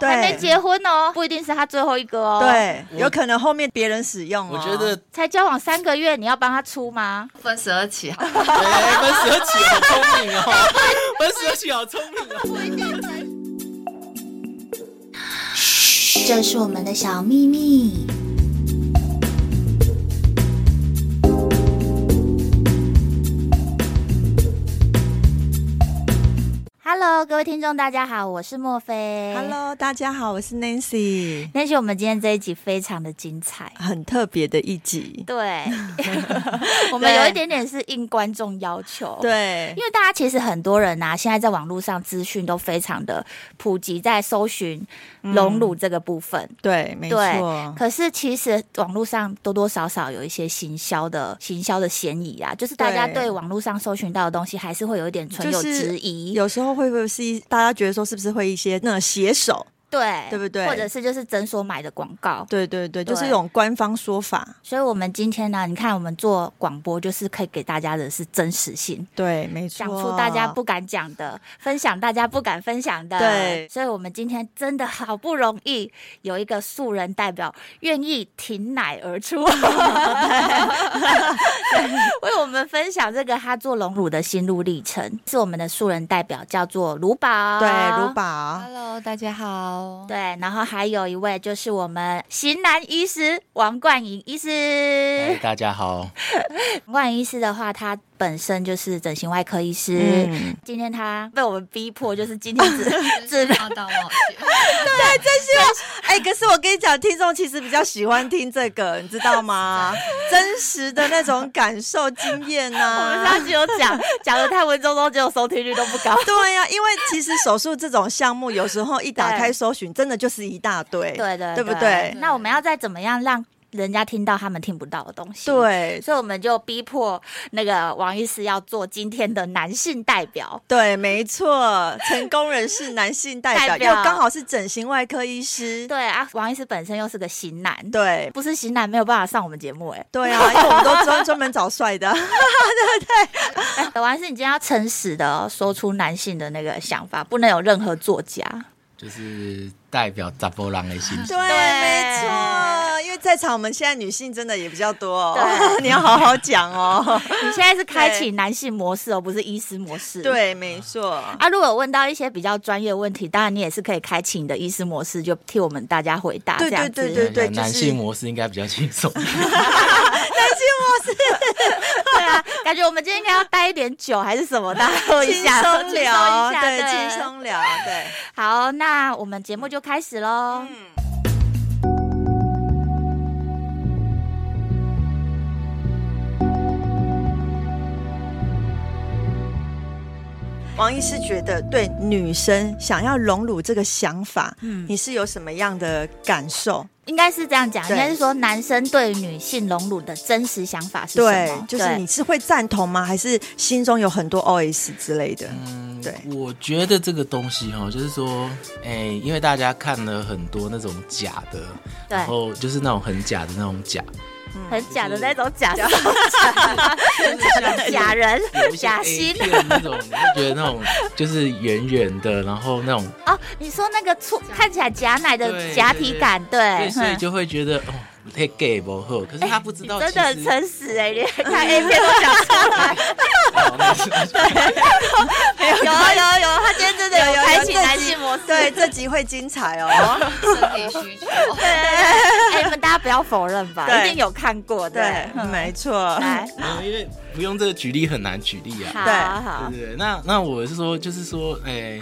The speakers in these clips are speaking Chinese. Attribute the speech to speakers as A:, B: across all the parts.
A: 对
B: 还没结婚哦，不一定是他最后一个哦。，
A: 对，
C: 我
A: 有可能后面别人使用、哦。
C: 我觉得
B: 才交往三个月，你要帮他出吗？
D: 分十二期，好
C: 哎，分十二起好 聪明哦，分十二起好聪明哦。
E: 这是我们的小秘密。
B: Hello，各位听众，大家好，我是莫菲。
A: Hello，大家好，我是 Nancy，
B: 那是我们今天这一集非常的精彩。
A: 很特别的一集。
B: 对， 我们
A: 对
B: 有一点点是应观众要求。。
A: 对
B: 因，为大家其实很多人呐、现在在网络上资讯都非常的普及，在搜寻隆乳这个部分。
A: 对，没错
B: 对，。可是其实网络上多多少少有一些行销的行销的嫌疑啊，就是大家
A: 对
B: 对网络上搜寻到的东西还是会有一点存有
A: 就是
B: 质疑，
A: 有时候会不会是一大家觉得说是不是会一些那种写手？
B: 对
A: 对不对
B: 或者是就是诊所买的广告。
A: 对对对，就是
B: 对
A: 一种官方说法。
B: 所以，我们今天呢，你看我们做广播，就是可以给大家的是真实性，
A: 对，没错，
B: 讲出大家不敢讲的，分享大家不敢分享的。
A: 对
B: 所以我们今天真的好不容易有一个素人代表愿意挺奶而 出， 为我们分享这个他做隆乳的心路历程。是我们的素人代表叫做卢宝，
A: 对卢。宝。
D: ，Hello，大家好。
B: 对，然后还有一位就是我们型男医师王冠莹医
C: 哎，
B: 师。
C: 大家好，
B: 王冠莹医师的话，他本身就是整形外科医师。
A: 嗯，
B: 今天他被我们逼迫，就是今天 只只
D: 要到忘记，
B: 哦
A: 哎，可是我跟你讲，听众其实比较喜欢听这个，你知道吗？真实的那种感受、经 验
B: 我们
A: 呐、
B: 上次有 讲，讲的太文绉绉，结果收听率都不高。
A: 对呀、因为其实手术这种项目，有时候一打开搜寻，真的就是一大堆，
B: 对对嗯
A: 对不对？
B: 那我们要再怎么样让人家听到他们听不到的东西？。
A: 对
B: 所以我们就逼迫那个王医师要做今天的男性代表，
A: 对，没错，成功人士男性代表，
B: 代表
A: 又刚好是整形外科医师，
B: 对啊，王医师本身又是个型男，
A: 对
B: 不是型男没有办法上我们节目哎、
A: 对啊，因为我们都专专门找帅的，啊
B: 哎 王医师，你今天要诚实的、哦、说出男性的那个想法，不能有任何作假。
C: 就是代表杂波浪的心情。
A: 对，没错，因为在场我们现在女性真的也比较多哦，
B: 对
A: 你要好好讲 哦。
B: 你现在是开启男性模式哦，不是医师模式。。
A: 对，没错，
B: 啊，如果有问到一些比较专业的问题，当然你也是可以开启你的医师模式，就替我们大家回答
A: 对
B: 这样子。
A: 对对就是
C: 男性模式应该比较 轻松。
B: 对啊，感觉我们今天应该要带一点酒还是什么的，大家喝一
A: 轻
B: 下，
A: 松
B: 轻松
A: 聊，
B: 一下
A: 对，轻。松聊，对。
B: 好，那我们节目就开始喽。
A: 王医师觉得，对女生想要隆乳这个想法，
B: 嗯
A: 你是有什么样的感受？
B: 应该是这样讲，
A: 对
B: 应该是说男生对女性隆乳的真实想法是什
A: 对
B: 么？，
A: 就是你是会赞同吗？还是心中有很多 OS 之类的？
C: 嗯
A: 对
C: 我觉得这个东西哈，就是说，哎、因为大家看了很多那种假的，
B: 对
C: 然后就是那种很假的那种假，
B: 对很假的
C: 就是
B: 那种假假
C: 就是像
B: 假人
C: 有一些
B: 假
C: A
B: 心
C: 片那种，你会觉得那种就是圆圆 的，然后那种，
B: 哦，你说那个粗看起来假奶的
C: 对
B: 假体感，对嗯
C: 对，，所以
B: 哼
C: 就会觉得哦，太 gay 不好，可是他不知道、
B: 真
C: 其
B: 的很
C: 实
B: 诚实哎、连看 A 片都讲出来。
C: 哦那是
B: 有啊有啊有啊，他今天真的有开启男性模式。
A: 对，这集会精彩 哦。
D: 身体需求。
B: 对对 对，哎，你们大家不要否认吧，
A: 对
B: 一定有看过的。
A: 对，
B: 嗯
A: 没错。
B: 来，
C: 没有因为不用这个举例很难举例啊。
B: 好好，
C: 对对对，那那我是说，就是说，哎、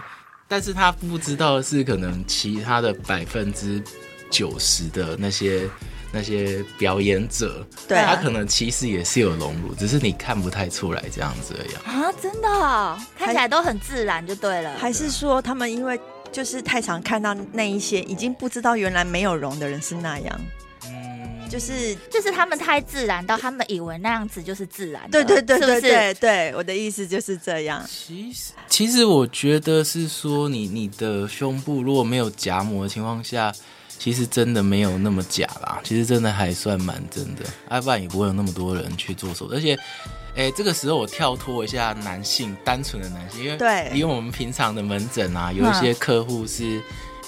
C: 但是他不知道的是，可能其他的百分之九十的那些。那些表演者，
A: 对
C: 他可能其实也是有隆乳，只是你看不太出来这样子而已啊。
B: 啊，真的哦、看起来都很自然就对了。
A: 还是说他们因为就是太常看到那一些，已经不知道原来没有容的人是那样，
C: 嗯，
A: 就是
B: 就是他们太自然到他们以为那样子就是自然
A: 对
B: 的，
A: 对对对
B: 呃是不是？
A: 对对，我的意思就是这样。
C: 其实其实我觉得是说你你的胸部如果没有夹膜的情况下。其实真的没有那么假啦，其实真的还算蛮真的，要、不然也不会有那么多人去做手术。而且，哎，这个时候我跳脱一下男性，单纯的男性，因为
A: 对嗯
C: 因为我们平常的门诊啊，有一些客户是，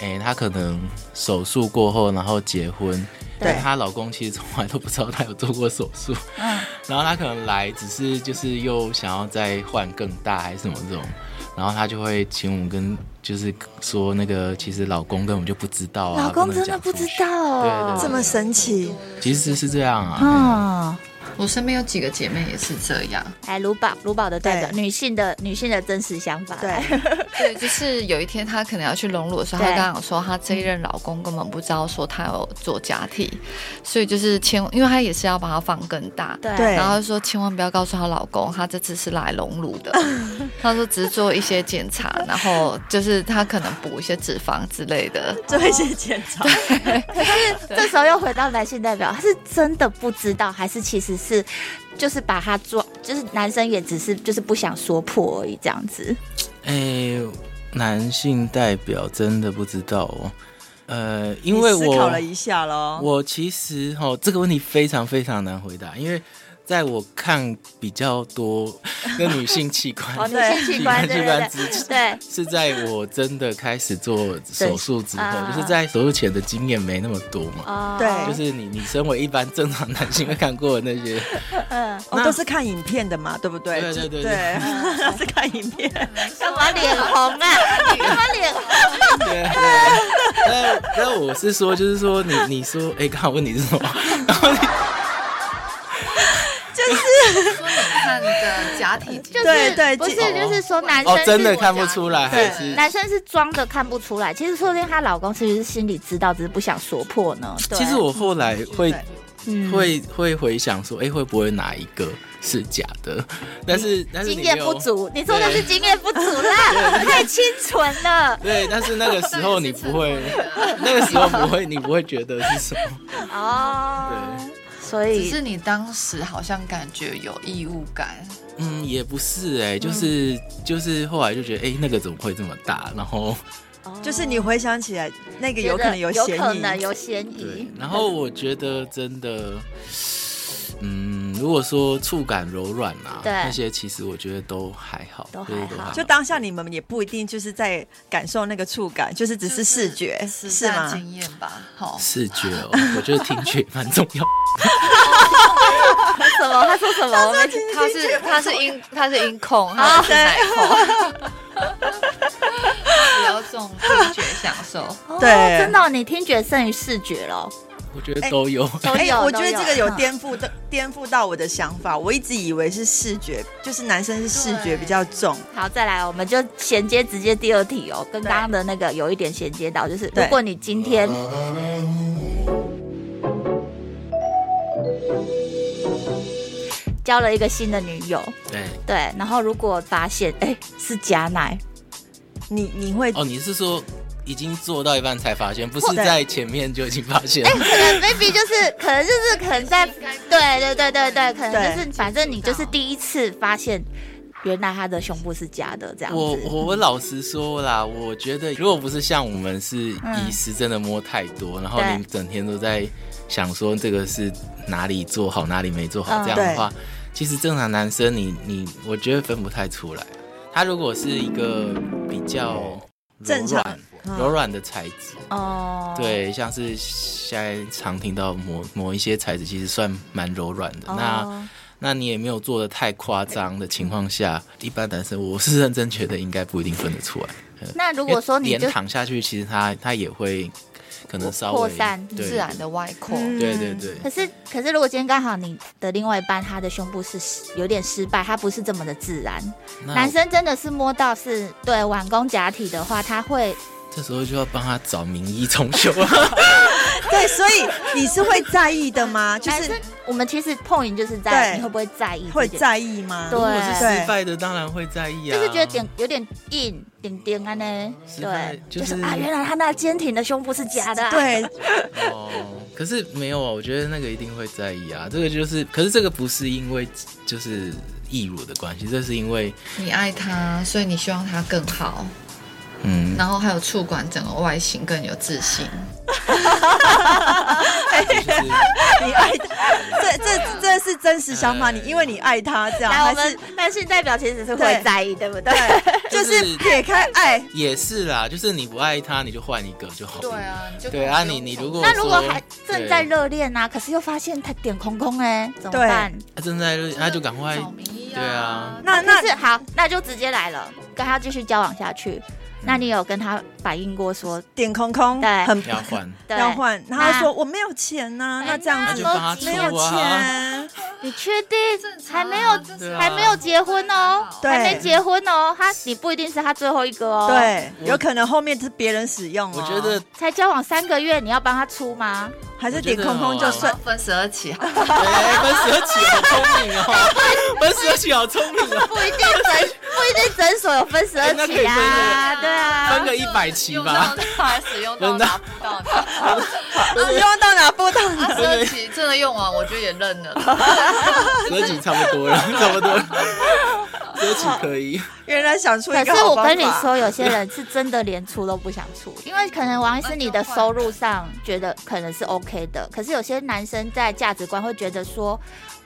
C: 哎、她可能手术过后然后结婚，
A: 对
C: 但她老公其实从来都不知道她有做过手术，
B: 嗯，
C: 然后她可能来只是就是又想要再换更大还是什么这种，然后她就会请我们跟就是说那个其实老公根本就不知道啊，
B: 老公
C: 能
B: 真的
C: 讲
B: 不
C: 出
B: 知
C: 去，
B: 道哦、
C: 对对
A: 这么神奇，
C: 其实是这样啊，
B: 嗯，
D: 我身边有几个姐妹也是这样，
B: 来卢宝，卢宝的代表
A: 对
B: 女性的女性的真实想法，
A: 对，
D: 对，就是有一天她可能要去隆乳的时候，她
B: 对
D: 刚刚有说她这一任老公根本不知道说她有做假体，所以就是千，因为她也是要把它放更大。
B: 对
A: 对
D: 然后她说千万不要告诉她老公，她这次是来隆乳 的。她说只是做一些检查，然后就是她可能补一些脂肪之类的。
A: 做一些检查，
B: 这时候又回到男性代表，他是真的不知道，还是其实是就是把他做，就是男生也只是就是不想说破而已，这样子。
C: 哎、男性代表真的不知道哦，呃，因为
A: 你
C: 我
A: 思考了一下喽。
C: 我其实哈、这个问题非常非常难回答，因为在我看比较多的女性器
B: 哦，
C: 官
B: 女，
A: 对
B: 性器官，
C: 器
B: 对对
C: 官器官
B: 对
C: 之
B: 对，
C: 是在我真的开始做手术之后，
B: 啊
C: 就是在手术前的经验没那么多嘛。
B: 哦，
A: 对
C: 就是你，你身为一般正常男性会看过的 那些，
B: 嗯，
A: 哦，都是看影片的嘛，对不对？
C: 对对对对
A: 对 是看影片。
B: 干嘛脸红啊？干嘛脸红？
C: 对啊对。但但我是说，就是说你你说，哎、刚好问你 是什么？然后你
D: 说你看的假体，
B: 就是
A: 对对
B: 不是
A: 这
B: 就是说男生
C: 哦
B: 是、，
C: 真的看不出来，还
D: 对
C: 是
B: 男生是装的看不出来，其实说不定她老公其实是心里知道，只是不想说破呢。对
C: 其实我后来会
A: 对
B: 嗯
C: 会会回想说，哎、会不会哪一个是假的？但是但是你
B: 经验
C: 没
B: 不
C: 有。
B: 足，你说的是经验不足啦，太清纯了
C: 对，但是那个时候你不会， 那个时候不会，你不会觉得是什么？
B: 哦。
C: 对，
B: 所
D: 只
B: 以
D: 是你当时好像感觉有异物感，
C: 嗯，也不是哎、就是、就是后来就觉得，哎、那个怎么会这么大？然后
A: 就是你回想起来，那个有可能有
B: 有
A: 嫌
B: 可
A: 疑，
B: 能有嫌
C: 对
B: 疑，，
C: 然后我觉得真的，嗯，如果说触感柔软啊，
B: 对
C: 那些其实我觉得都还好，
B: 都还
C: 对
B: 好
A: 就当下你们也不一定就是在感受那个触感，就是只是视觉，
D: 实
A: 是
D: 战
A: 吗？
D: 经验吧，好。
C: 视觉哦，我觉得听觉蛮重要的。
B: 什么？他说什么？我们
D: 他是他是 音他是音控，他是奶控， 比较重听觉享受。
B: 哦
A: 对
B: 真的哦，你听觉胜于视觉了，
C: 我觉得都有、
B: 都
A: 哎、
B: 有。
A: 我觉得这个有
B: 点。
A: 颠覆的颠覆到我的想法。我一直以为是视觉，就是男生是视觉比较重。
B: 好，再来，我们就衔接直接第二题哦，跟
A: 对
B: 刚刚的那个有一点衔接到，就是如
A: 对
B: 果你今天交了一个新的女友，
C: 对。
B: 对，然后如果发现哎是假奶，
A: 你你会、
C: 哦，你是说已经做到一半才发现，不是
A: 对
C: 在前面就已经发现了？
B: 可能 maybe 就是可能就是可能在对对对对对，可能
A: 对
B: 就是反正你就是第一次发现。原来他的胸部是假的，这样子。
C: 我我我老实说啦，我觉得如果不是像我们是医师真的摸太多，然后
B: 嗯对
C: 你整天都在想说这个是哪里做好哪里没做好
B: 嗯
C: 这样的话，其实正常男生你你我觉得分不太出来。他如果是一个比较柔
A: 正常
C: 软
A: 嗯
C: 柔软的材质，
B: 哦，
C: 对，像是现在常听到某某一些材质其实算蛮柔软的，
B: 哦，
C: 那。那你也没有做的太夸张的情况下，一般男生我是认真觉得应该不一定分得出来。
B: 那如果说
C: 因
B: 你
C: 为
B: 就
C: 脸躺下去，其实他他也会可能稍微
B: 扩散嗯
C: 对
D: 自然的外扩，
C: 对对对
B: 可是，可是，如果今天刚好你的另外一半他的胸部是失有点失败，他不是这么的自然。
C: 那
B: 男生真的是摸到是对腕弓假体的话，他会
C: 这时候就要帮他找名医重修啊。
A: 嗯对，所以你是会在意的吗？就
B: 男生
A: 是
B: 我们其实碰 o 就是在
A: 对
B: 你会不会在意这件，
A: 会在意吗？
B: 对
C: 如果是失败的，当然会在意啊。
B: 就是觉得点有点硬，点点啊
A: 嗯
B: 呢，
C: 失败
B: 对，
C: 就是
B: 啊，原来他那坚挺的胸部是假的、啊，，
A: 对，
C: 哦，可是没有啊，我觉得那个一定会在意啊。这个就是，可是这个不是因为就是义乳的关系，这是因为
D: 你爱他，所以你希望他更好，
C: 嗯，
D: 然后还有触管整个外形更有自信。
C: 就是
A: 你爱他，这这这是真实想法，
C: 哎
A: 你因为你爱他这样，
B: 来，我
A: 还
B: 们
A: 是
B: 男性代表其实是
A: 对
B: 会在意，对不对？
A: 对，就
C: 就是
A: 是撇开爱，
C: 也是啦， 就是你不爱他，你就换一个就好了。
D: 对，啊，你就
C: 对啊，你你如果
B: 那如果
C: 说
B: 还正在
C: 对
B: 热恋呐，可是又发现他点空空哎、怎么
A: 对
B: 办？
C: 啊正在热，那就赶快
D: 找名医
C: 对啊
A: 那
B: 那
A: 那
B: 是好，那就直接来了，跟他继续交往下去。
A: 嗯
B: 那你有跟他反映过说，
A: 点空空，
B: 对
A: 很
C: 要 换，
B: 对
A: 要换，然后他
B: 那哎
A: 说我没有钱呐，那这样
C: 那
A: 子
C: 就帮他
A: 没有
C: 出啊。
A: 钱，
B: 你确定
D: 正常
B: 还
D: 啊
B: 没有
D: 正
C: 常啊
B: 还没有结婚哦，
A: 对
B: 还没结婚哦，他你不一定是他最后一个哦，，
A: 对，
C: 我
A: 有可能后面是别人使用哦。
C: 我觉得
B: 才交往三个月，你要帮他出吗？
A: 还是
C: 我觉
A: 点
C: 得
A: 空空就
C: 哦
D: 我们
A: 算
D: 要，分十二期好了，
C: 哎分十二期好聪明哦， 分十二期好聪明哦，
B: 不一定 诊不一定诊所有分十二
C: 哎那可以
B: 期啊，
C: 分
B: 对啊
C: 分，个一百期
D: 用
C: 吧
D: 到。还使用到
C: 轮到
D: 拿不到的。
C: 啊
A: 希望到哪不到哪。
D: 十二期真的用完，我觉得也认了。
C: 折几差 不多了，差不多了，折几可以。
A: 原来想出一
B: 可
A: 个
B: 是
A: 好
B: 我
A: 方
B: 跟你
A: 法
B: 说，有些人是真的连出都不想出，因为可能王医师你的收入上觉得可能是 OK 的，可是有些男生在价值观会觉得说，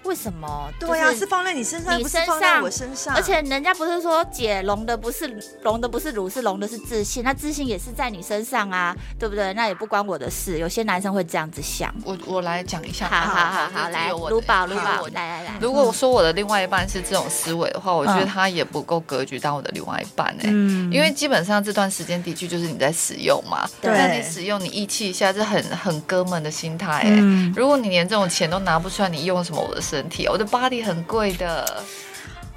B: 为什么？
A: 对呀、
C: 啊
B: 就是
A: 放在你身上，
B: 你
A: 不是
B: 身
A: 放在
B: 上
A: 我身上，
B: 而且人家不是说姐隆的不是隆的不是乳，是隆的是自信，那自信也是在你身上啊，对不对？那也不关我的事。有些男生会这样子想。
D: 我我来讲一下，
B: 好好好
D: 这
B: 好，
D: 是
B: 来，
D: 有我
B: 卢
D: 的
B: 宝卢
D: 有
B: 宝
D: 我，的
B: 来来来，
D: 如果我说我的另外一半是这种思维的话，我觉得
B: 嗯
D: 他也不够格局当我的另外一半哎、
B: 嗯
D: 因为基本上这段时间的确就是你在使用嘛，
B: 对
D: 那你使用你义气一下，这很很哥们的心态哎、
B: 嗯
D: 如果你连这种钱都拿不出来，你用什么我的身体？啊我的 body 很贵的，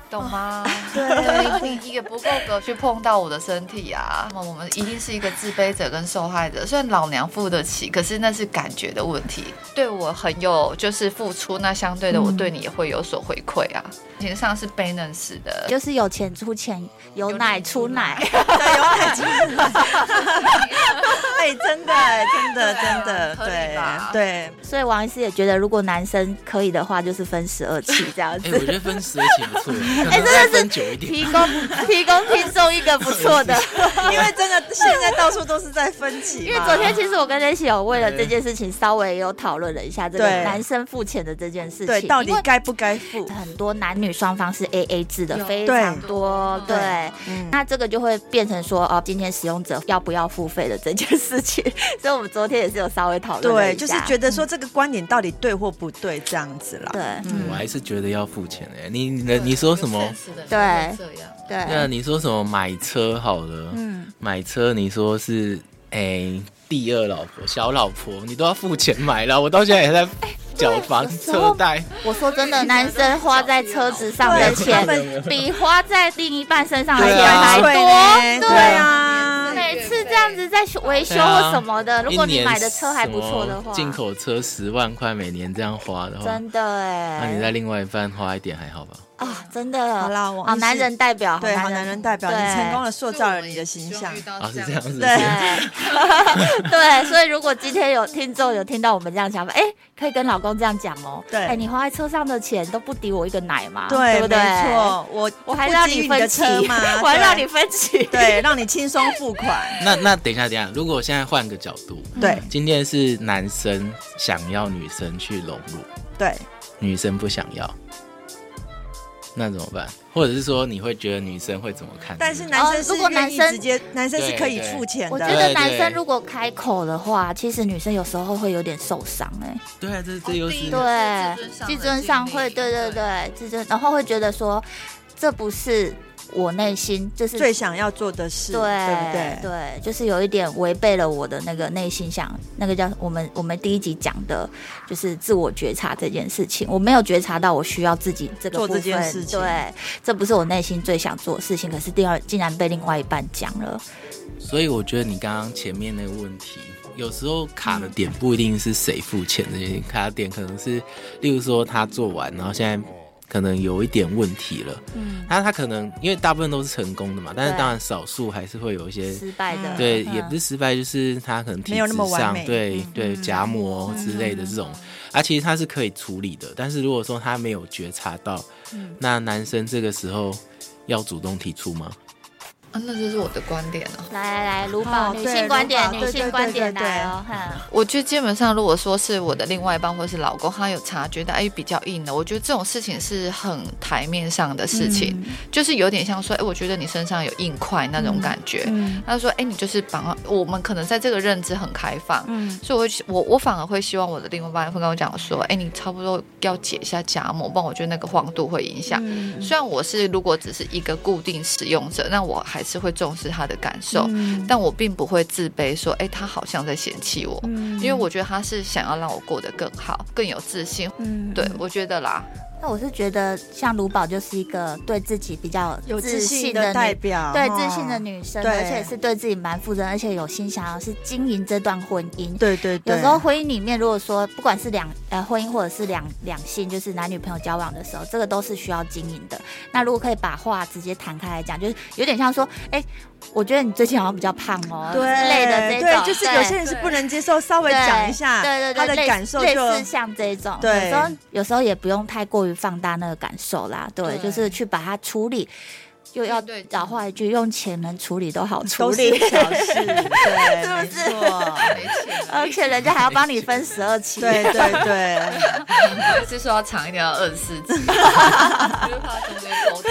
D: 懂吗？
B: 哦
D: 对，你你也不够格去碰到我的身体啊。那么我们一定是一个自卑者跟受害者。虽然老娘付得起，可是那是感觉的问题。对我很有就是付出，那相对的
B: 嗯
D: 我对你也会有所回馈啊。情上是 balance 的，
B: 就是有钱出钱，有奶出奶，
A: 对有感情。哎，真的，真的，
D: 对啊
A: 真的，
D: 合理
A: 对
D: 吧
A: 对，
B: 所以王医师也觉得，如果男生可以的话，就是分十二期这样
C: 哎、
B: 子
C: 我，觉得分十二期不错，可
B: 哎真
C: 能
B: 的
C: 再
B: 是
C: 分久一点。
B: 提供提供听众一个不错 的。
A: 因为真的现在到处都是在分歧嘛，
B: 因为昨天其实我跟 Nancy 有为了这件事情稍微有讨论了一下这个
A: 对
B: 男生付钱的这件事情，
A: 对到底
B: 因为
A: 该不该付？
B: 很多男女双方是 A A 制的
D: 有，
B: 非常多。
D: 对
B: 对，
A: 嗯，
B: 那这个就会变成说，哦，今天使用者要不要付费的这件事情。 所以我们昨天也是有稍微讨论了
A: 对，
B: 一
A: 就是
B: 下
A: 觉得说这个观点到底对或不对这样子啦。
B: 对
C: 我还是觉得要付钱哎、你你你说什么？？
B: 对
D: 这样。
C: 对啊，
B: 对，
C: 你说什么买车好了？
B: 嗯
C: 买车你说是哎、第二老婆、小老婆，你都要付钱买了，我到现在 也在
B: 哎
C: 缴房
B: 有时候
C: 车贷。
B: 我说真的，男生花在车子上的
A: 对他
B: 钱
A: 们，
B: 比花在另一半身上的
C: 对
B: 钱
C: 啊
B: 还
A: 对
B: 多，
A: 对啊，
B: 每次这样子在修维修或什么的，如果
C: 一
B: 你
C: 年
B: 买的车还不错的话，
C: 啊什么进口车十万块每年这样花的话，
B: 真的哎、
C: 那你在另外一半花一点还好吧？
B: 啊，真的
A: 好啦我
B: 好啊男人代表，
A: 对，好男人代表，你成功。的塑造了你的形象。
B: 哦
C: 啊，是这样子。
A: 对
B: 对， 对，所以如果今天有听众有听到我们这样想法，哎、可以跟老公这样讲哦。
A: 对
B: 哎、你花在车上的钱都不抵我一个奶嘛，
A: 对，
B: 不对？
A: 没错，，我
B: 我还
A: 不
B: 让
A: 给予
B: 你
A: 你
B: 分
A: 的
B: 期，
A: 车吗？
B: 我还让你分期。
A: 对 对，让你轻松付款。
C: 那那等一下，等一下，如果现在换个角度，
B: 嗯
A: 对
C: 今天是男生想要女生去融入，
A: 对，
C: 女生不想要，那怎么办？或者是说你会觉得女生会怎么看？
A: 但是男生
B: 哦
A: 是
B: 如果
A: 愿意
B: 男生
A: 直接，男生是可以
C: 对对
A: 付钱
B: 我
A: 的
B: 觉。得
C: 对
B: 男生如果开口的话，其实女生有时候会有点受伤哎、
C: 对啊，这这又是
B: 对
D: 自尊上的，
B: 自尊上会，
D: 心理
B: 对对对，自尊，然后会觉得说这不是我内心就是
A: 最想要做的事，
B: 对
A: 对不对？
B: 对就是有一点违背了我的那个内心想，那个叫我们我们第一集讲的，就是自我觉察这件事情，我没有觉察到我需要自己这个
A: 做
B: 部
A: 这
B: 分，
A: 件事情
B: 对，这不是我内心最想做的事情，可是第二竟然被另外一半讲了，
C: 所以我觉得你刚刚前面那个问题，有时候卡的点不一定是谁付钱这件事情，卡的点可能是，例如说他做完，然后现在可能有一点问题了，嗯，那他可能因为大部分都是成功的嘛，但是
B: 对
C: 当然少数还是会有一些
B: 失败的，
C: 对，
B: 嗯
C: 也不是失败，就是他可能体
A: 没有那
C: 质
A: 么完
C: 上
A: 美，嗯
C: 对对夹膜之类的这种，啊，其实他是可以处理的，但是如果说他没有觉察到，
A: 嗯
C: 那男生这个时候要主动提出吗？
D: 啊，那就是我的观点啊。
B: 来来来，卢宝、
A: 哦
B: 女
A: 对
B: 性观
A: 卢
B: 点，
A: 宝
B: 女
A: 对
B: 性
A: 对
B: 观
A: 对
B: 点
A: 对对
B: 来哦，哈，
D: 我觉得基本上，如果说是我的另外一半或是老公，他有察觉到哎比较硬的，我觉得这种事情是很台面上的事
A: 嗯
D: 情，就是有点像说，哎，我觉得你身上有硬块那种感觉。
A: 嗯
B: 嗯
D: 他说，哎，你就是绑，我们可能在这个认知很开放，
A: 嗯
B: 嗯
D: 所以我会我我反而会希望我的另外一半会跟我讲说，哎，你差不多要解一下夹膜，不然我觉得那个晃度会影
A: 嗯
D: 响。
B: 嗯
D: 虽然我是如果只是一个固定使用者，那我还是会重视他的感
A: 嗯
D: 受，
B: 嗯
D: 但我并不会自卑说，哎，他好像在嫌弃我，
A: 嗯
D: 因为我觉得他是想要让我过得更好，更有自信。
A: 嗯，
D: 对，我觉得啦，
B: 那我是觉得像卢宝就是一个对自己比较
A: 有自信
B: 信
A: 的
B: 女
A: 代表，
B: 对
A: 哦
B: 自信的，女生，
A: 对
B: 而且是对自己蛮负责任，而且有心想要是经营这段婚姻。
A: 对对对，
B: 有时候婚姻里面，如果说不管是两呃婚姻或者是两两性，就是男女朋友交往的时候，这个都是需要经营的。那如果可以把话直接谈开来讲，就是有点像说，哎、我觉得你最近好像比较胖哦，
A: 对
B: 之类的这种，
A: 对，就是有些人是不能接受，稍微
B: 对
A: 讲一下，
B: 对对对，
A: 他的
B: 类
A: 感受
B: 类
A: 就
B: 似像这种，
A: 对
B: 有时候有时候也不用太过于放大那个感受啦，对，
D: 对
B: 就是去把它处理。又要
D: 面对自己
B: 找话一句，用钱能处理都好处
A: 都
B: 理
A: 是，小事，对，没错，
D: 没钱
B: 而且人家还要帮你分十二期。
A: 对对对。
D: 我一次说要长一点，要二十四集， 因为怕中间沟通。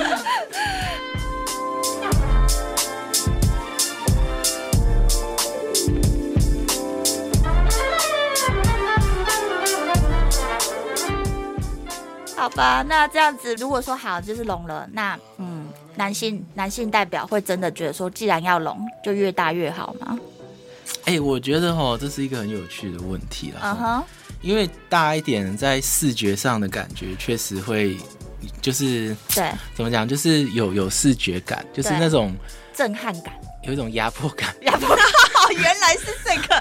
A: 对。
B: 好吧，那这样子，如果说好就是拢了，那嗯，男性男性代表会真的觉得说，既然要拢，就越大越好吗？
C: 哎、我觉得哈，这是一个很有趣的问题啦。
A: 啊
B: 嗯哼，
C: 因为大一点，在视觉上的感觉确实会，就是
B: 对，
C: 怎么讲，就是有有视觉感，就是
B: 对
C: 那种
B: 震撼 感，
C: 有一种压迫感。
A: 哦， 原来是这 个，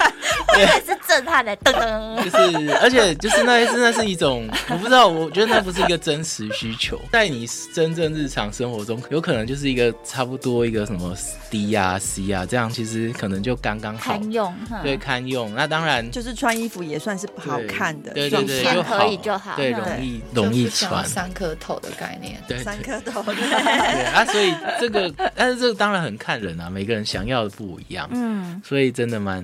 B: 真的是震撼的，噔噔。
C: 就是，而且就是那真的是一种，我不知道，我觉得那不是一个真实需求，在你真正日常生活中，有可能就是一个差不多一个什么 D 啊 C 啊这样，其实可能就刚刚好
B: 堪，用，哼
C: 对，堪用。那当然
A: 就是穿衣服也算是好
C: 对
A: 看的，
C: 对对对，
B: 爽
C: 就
B: 片可以就好
C: 对，
B: 嗯
C: 容易容易
D: 就是想要
C: 穿，
D: 三颗头的概念。
C: 对对
A: 三颗头，
C: 对啊，所以这个，但是这个当然很看人啊，每个人想要的不一样，
B: 嗯，
C: 所以真的蛮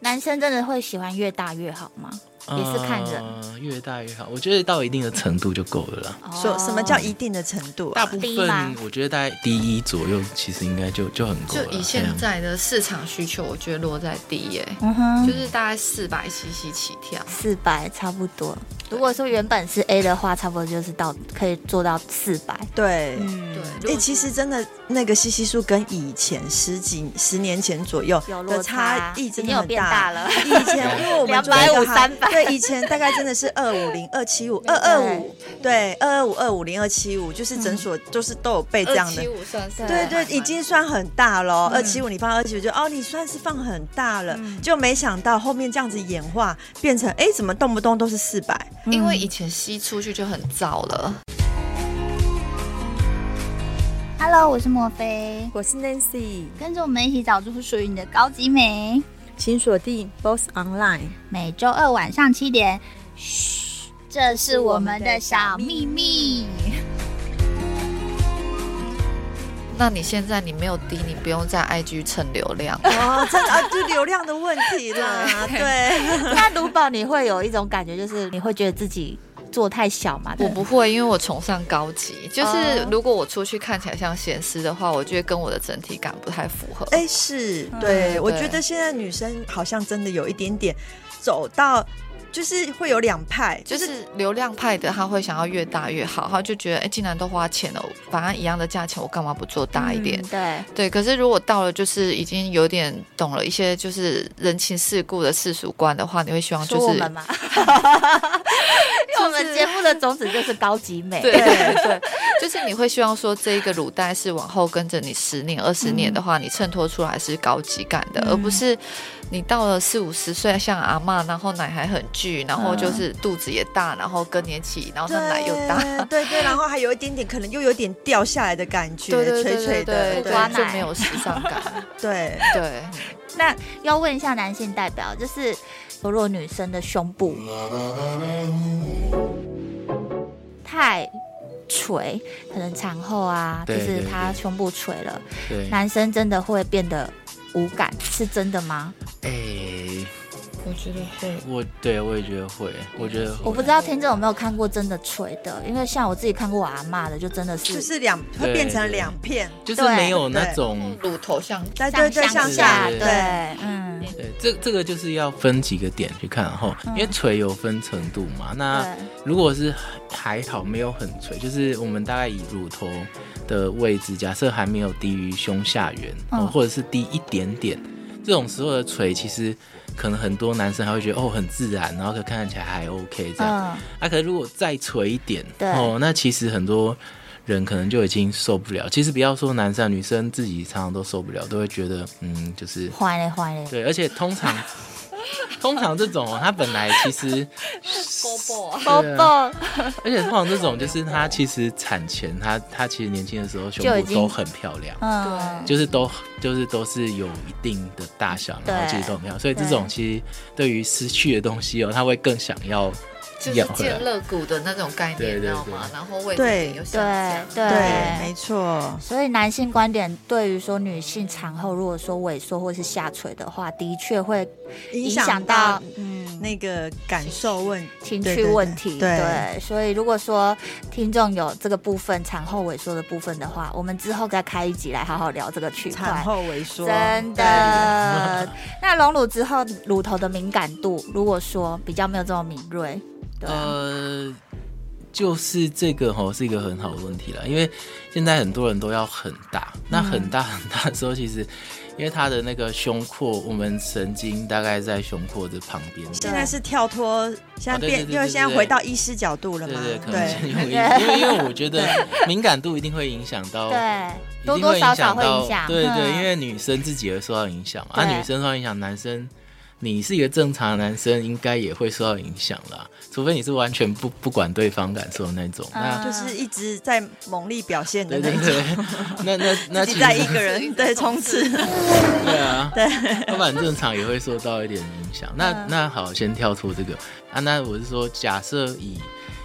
B: 男生真的会喜欢越大越好吗？也是看人
C: 呃越大越好。我觉得到一定的程度就够了啦。
B: 哦
A: 说什么叫一定的程度
C: 大
A: 啊？
C: 部
B: 低吗
C: 分我觉得大概第一左右，其实应该就就很够
D: 就
C: 了。
D: 以现在的市场需求，我觉得落在低耶、
A: 哎
B: 嗯哼，
D: 就是大概四百 CC 起跳。
B: 四百差不多。如果说原本是 A 的话，差不多就是到可以做到四百。
A: 对。
B: 嗯
D: 对，如
A: 哎、
D: 果
A: 其
D: 是
A: 实真的，那个西西数跟以前十几十年前左右
B: 有落
A: 的
B: 差已
A: 异真的
B: 经有
A: 很
B: 变大了
A: 以前因为我 们
B: 250
A: 住在
B: 300
A: 大对，以前大概真的是二五零、二七五、二二五，对，二二五、二五零、二七五，就是诊所就是都有被这样的
D: 二七。五算是
A: 对
D: 还
A: 对，
D: 蛮
A: 已经算很大了，二七五你放二七五就哦，你算是放很大了，就没想到后面这样子演化变成哎，怎么动不动都是四百？
D: 因为以前吸出去就很燥了。
E: Hello，我是莫菲，
F: 我是 Nancy，
E: 跟着我们一起找出属于你的高级美。
F: 请锁定 Boss Online。
E: 每周二晚上七点，嘘，这是我们的小秘密。
D: 那你现在你没有低，你不用在 IG 蹭流量。
A: 哦，真的啊，就流量的问题啦， 对，
B: 那卢宝，你会有一种感觉，就是你会觉得自己做太小嘛？对
D: 我
B: 不对
D: 不会，因为我崇尚高级。就是
B: 哦
D: 如果我出去看起来像闲师的话，我觉得跟我的整体感不太符合。
A: 哎是，对我
D: 对
A: 觉得现在女生好像真的有一点点走到。就是会有两派，
D: 就
A: 就是
D: 是流量派的，他会想要越大越好，他就觉得，哎、既然都花钱了，反正一样的价钱，我干嘛不做大一点？
B: 嗯对，
D: 对，可是如果到了就是已经有点懂了一些就是人情世故的世俗观的话，你会希望 就
B: 说我
D: 是
B: 们嘛，因为我们节目的宗旨就是高级美，
D: 对对对， 就是你会希望说这一个乳带是往后跟着你十年、二十年的话，你衬托出来是高级感的，而不是你到了四五十岁像阿嬷，然后奶还很巨，然后就是肚子也大，然后更年期，然后那奶又大。
A: 对对，然后还有一点点，可能又有点掉下来的感觉，
D: 对对对
A: 垂垂
D: 对
A: 的，
D: 对
B: 瓜
D: 对，
B: 奶
D: 就没有时尚 感。
A: 对，
D: 对，
B: 那要问一下男性代表，就是柔弱女生的胸部太垂，可能产后啊，就
C: 对
B: 是
C: 对
B: 她
C: 对
B: 胸部垂了，
C: 对，
B: 男生真的会变得无感，是真的吗？
C: 哎、
D: 我觉得会。
C: 我对我也觉得会，我觉得
B: 我
C: 会。
B: 不知道听众有没有看过真的垂的，因为像我自己看过我阿嬷的，就真的
A: 就是是两会
C: 对
A: 变成
C: 对
A: 两片，
C: 就是
B: 对
C: 没有那
A: 对
C: 种
D: 乳头像
A: 对对
B: 上
A: 对，
B: 向
A: 向
B: 下，
C: 对
B: 对，嗯，
C: 对，这这个就是要分几个点去看哈，因为垂有分程度嘛。那
B: 对
C: 如果是还好没有很垂，就是我们大概以乳头的位置，假设还没有低于胸下缘，
B: 嗯
C: 哦，或者是低一点点，这种时候的垂其实。可能很多男生还会觉得哦很自然，然后可看起来还 OK 这样。
B: 嗯，
C: 啊，可是如果再垂一点，
B: 对
C: 哦，那其实很多人可能就已经受不了。其实不要说男生啊，女生自己常常都受不了，都会觉得嗯，就是
B: 坏嘞坏嘞，
C: 对，而且通常通常这种哦它本来其实，
D: 波波啊，
B: 包
C: 对啊
B: 包
C: 而且通常这种就是它其实产前它它其实年轻的时候胸
B: 就已
C: 部
B: 经
C: 都很漂亮。
B: 嗯，
C: 就是都就是都是有一定的大小，然
B: 对
C: 后其实都很漂亮，所以这种其实对于失去的东西哦，他会更想要
D: 就是
C: 要回来
D: 健。肋骨的那种概念，
C: 对对
D: 你知道吗？然后位置
A: 对
D: 也有下
B: 对
D: 降。
A: 对，
B: 对
A: 没。错，
B: 所以男性观点对于说女性产后如果说萎缩或是下垂的话，的确会影响到嗯
A: 那个感受问题，
B: 情
A: 对
B: 绪
A: 对
B: 问题。
A: 对
B: 所以如果说听众有这个部分产后萎缩的部分的话，我们之后再开一集来好好聊这个区
A: 产
B: 块。
A: 后萎缩，
B: 真的，那隆乳之后，乳头的敏感度，如果说比较没有这么敏锐，对啊、
C: 呃，就是这个吼是一个很好的问题了，因为现在很多人都要很大，
B: 嗯
C: 那很大很大的时候，其实因为他的那个胸廓，我们神经大概在胸廓的旁边。
A: 现在是跳脱，现在
C: 啊对
A: 变，
C: 对对
A: 因为
C: 对
A: 现在
C: 对
A: 回到医师角度了
C: 对
A: 嘛
C: 对，，可能是
A: 对，
C: 因为因为因为我觉得敏感度一定会影响到，
B: 对，
C: 一
B: 多
C: 定
B: 多
C: 会
B: 少少
C: 影响
B: 会
C: 到，
B: 影响。
C: 对对，
B: 嗯
C: 因为女生自己也会受到影响嘛，啊，
B: 对
C: 女生受到影响，男生你是一个正常的男生，应该也会受到影响啦，除非你是完全不不管对方感受的那种，那
B: 嗯
A: 就是一直在猛力表现的
C: 对
A: 那
C: 对
A: 种，
C: 对，那那
A: 自
C: 那其
A: 己
C: 实
A: 在一个人对冲刺，
C: 对啊，对，要不然正常也会受到一点影响。
A: 嗯
C: 那那好，先跳出这个啊，那我是说，假设以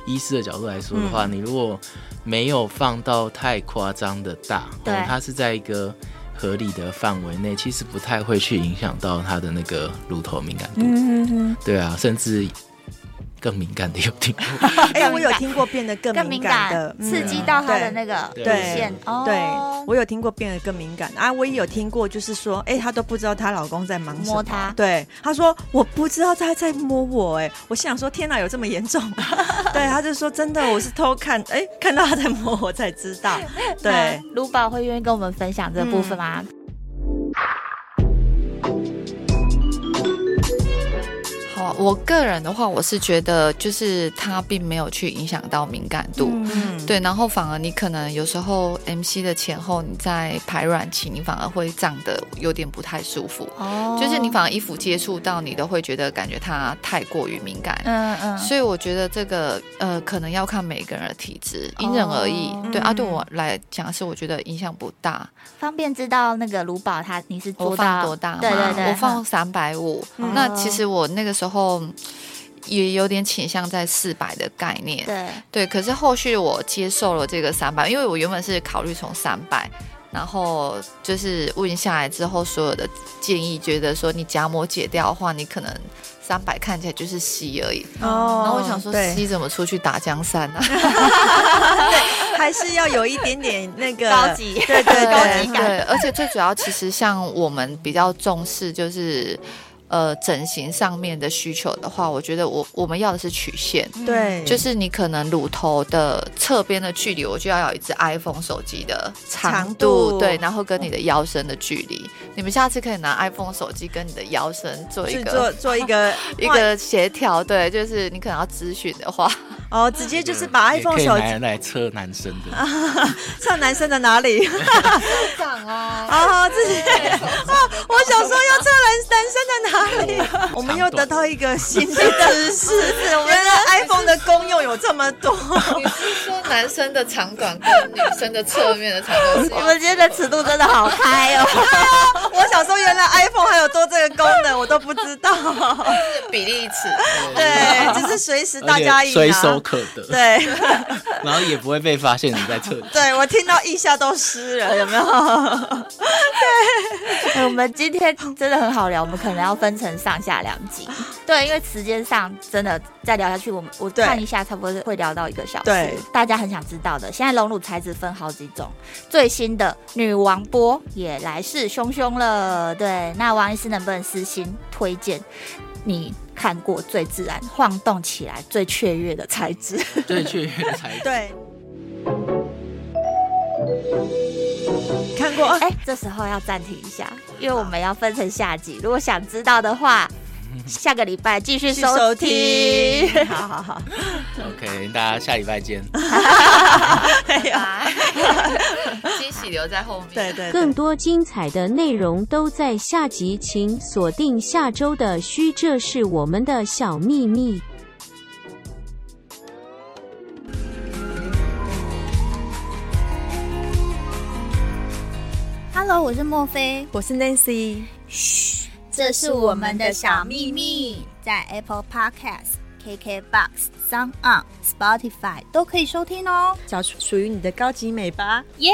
C: 医师的角度来说的
A: 嗯
C: 话，你如果没有放到太夸张的大，
B: 对
C: 哦它是在一个。合理的范围内，其实不太会去影响到它的那个乳头敏感度，
A: 嗯
C: 对啊，甚至更敏感的有听过，
A: 哎，我有听过变得更
B: 更
A: 敏
B: 敏
A: 感
B: 感
A: 的，，
B: 刺
A: 嗯
B: 激到他
A: 对
B: 的那个乳
C: 对
B: 腺。哦
A: 对，我有听过变得更敏感啊，我也有听过，就是说，哎、她都不知道她老公在忙什么。
B: 摸她
A: 对，她说我不知道他在摸我、哎，我心想说天哪，有这么严重？ 对，她就说真的，我是偷看，哎、看到他在摸我才知道。 对，
B: 那卢宝会愿意跟我们分享这个部分吗？
D: 好啊，我个人的话，我是觉得就是它并没有去影响到敏感度。
A: 嗯，
D: 对，然后反而你可能有时候 MC 的前后，你在排卵期，你反而会胀得有点不太舒服，
B: 哦
D: 就是你反而衣服接触到，你都会觉得感觉它太过于敏感。
B: 嗯嗯，
D: 所以我觉得这个呃，可能要看每个人的体质，因人而异。
B: 哦
D: 对啊，
A: 嗯
D: 对我来讲是我觉得影响不大。
B: 方便知道那个卢宝他你是
D: 我
B: 做
D: 放
B: 到
D: 多大吗？
B: 对对对，
D: 我放三百五。
B: 嗯
D: 那
B: 哦
D: 其实我那个时候也有点倾向在四百的概念。
B: 对
D: 对，可是后续我接受了这个三百，因为我原本是考虑从三百，然后就是问下来之后，所有的建议觉得说你夹膜解掉的话，你可能三百看起来就是 C 而已。
A: 哦
D: 嗯然后我想说
A: 对
D: C 怎么出去打江山啊？
A: 还是要有一点点那 个
B: 高，级，
A: 对对
D: 对
A: 对，
D: 对，而且最主要其实像我们比较重视就是。呃整形上面的需求的话，我觉得我我们要的是曲线，
A: 对，
D: 嗯就是你可能乳头的侧边的距离，我就要有一只 iPhone 手机的长嗯
A: 长度
D: 对，然后跟你的腰身的距离。你们下次可以拿 iPhone 手机跟你的腰身做一
A: 去
D: 个
A: 做做一个
D: 一个协调，对，就是你可能要咨询的话，
A: 哦，直接就是把
C: 也
A: iPhone
C: 可以
A: 手
C: 拿
A: 机
C: 来测男生的。
A: 上男生的哪里？
D: 长啊，
A: 啊，自己哦，我想说要测男男生的哪 里？我们又得到一个新的知识，原来 iPhone 的功用有这么多。
D: 你是说男生的长短跟女生的侧面的长短是
B: 我们今天的尺度真的好开哦，
A: 我想说，原来 iPhone 还有多这个功能，我都不知道。
D: 比例尺？
A: 对，就是随时 大家
C: 而
A: 一拿
C: 且随手可得，
A: 对
C: 然后也不会被发现你在测。
A: 对，我听到腋下都湿了，有没有？
B: 我们今天真的很好聊，我们可能要分成上下两 集，对，因为时间上真的再聊下去，我们我
A: 对
B: 看一下，差不多会聊到一个小时。
A: 对，
B: 大家很想知道的，现在隆乳材质分好几种，最新的女王波也来势汹汹了。对，那王医师能不能私心推荐你看过最自然、晃动起来最雀跃的材 质？
C: 对，去才
A: 对。看过，
B: 哎、这时候要暂停一下，因为我们要分成下集。如果想知道的 话，下个礼拜继续
A: 去
B: 收
A: 收
B: 听。
A: 听，好好好，
C: OK，大家下礼拜见。
A: 哎呀
D: 来， 惊喜留在后面。
A: 对对对
G: 更多精彩的内容都在下集，请锁定下周的《虚这是我们的小秘密》。
E: Hello，我是莫菲，
F: 我是 Nancy。
E: 这是我们的小秘密，在 Apple Podcast、KKBox、Sound On、Spotify 都可以收听哦，
F: 找出属于你的高级美吧。
E: 耶、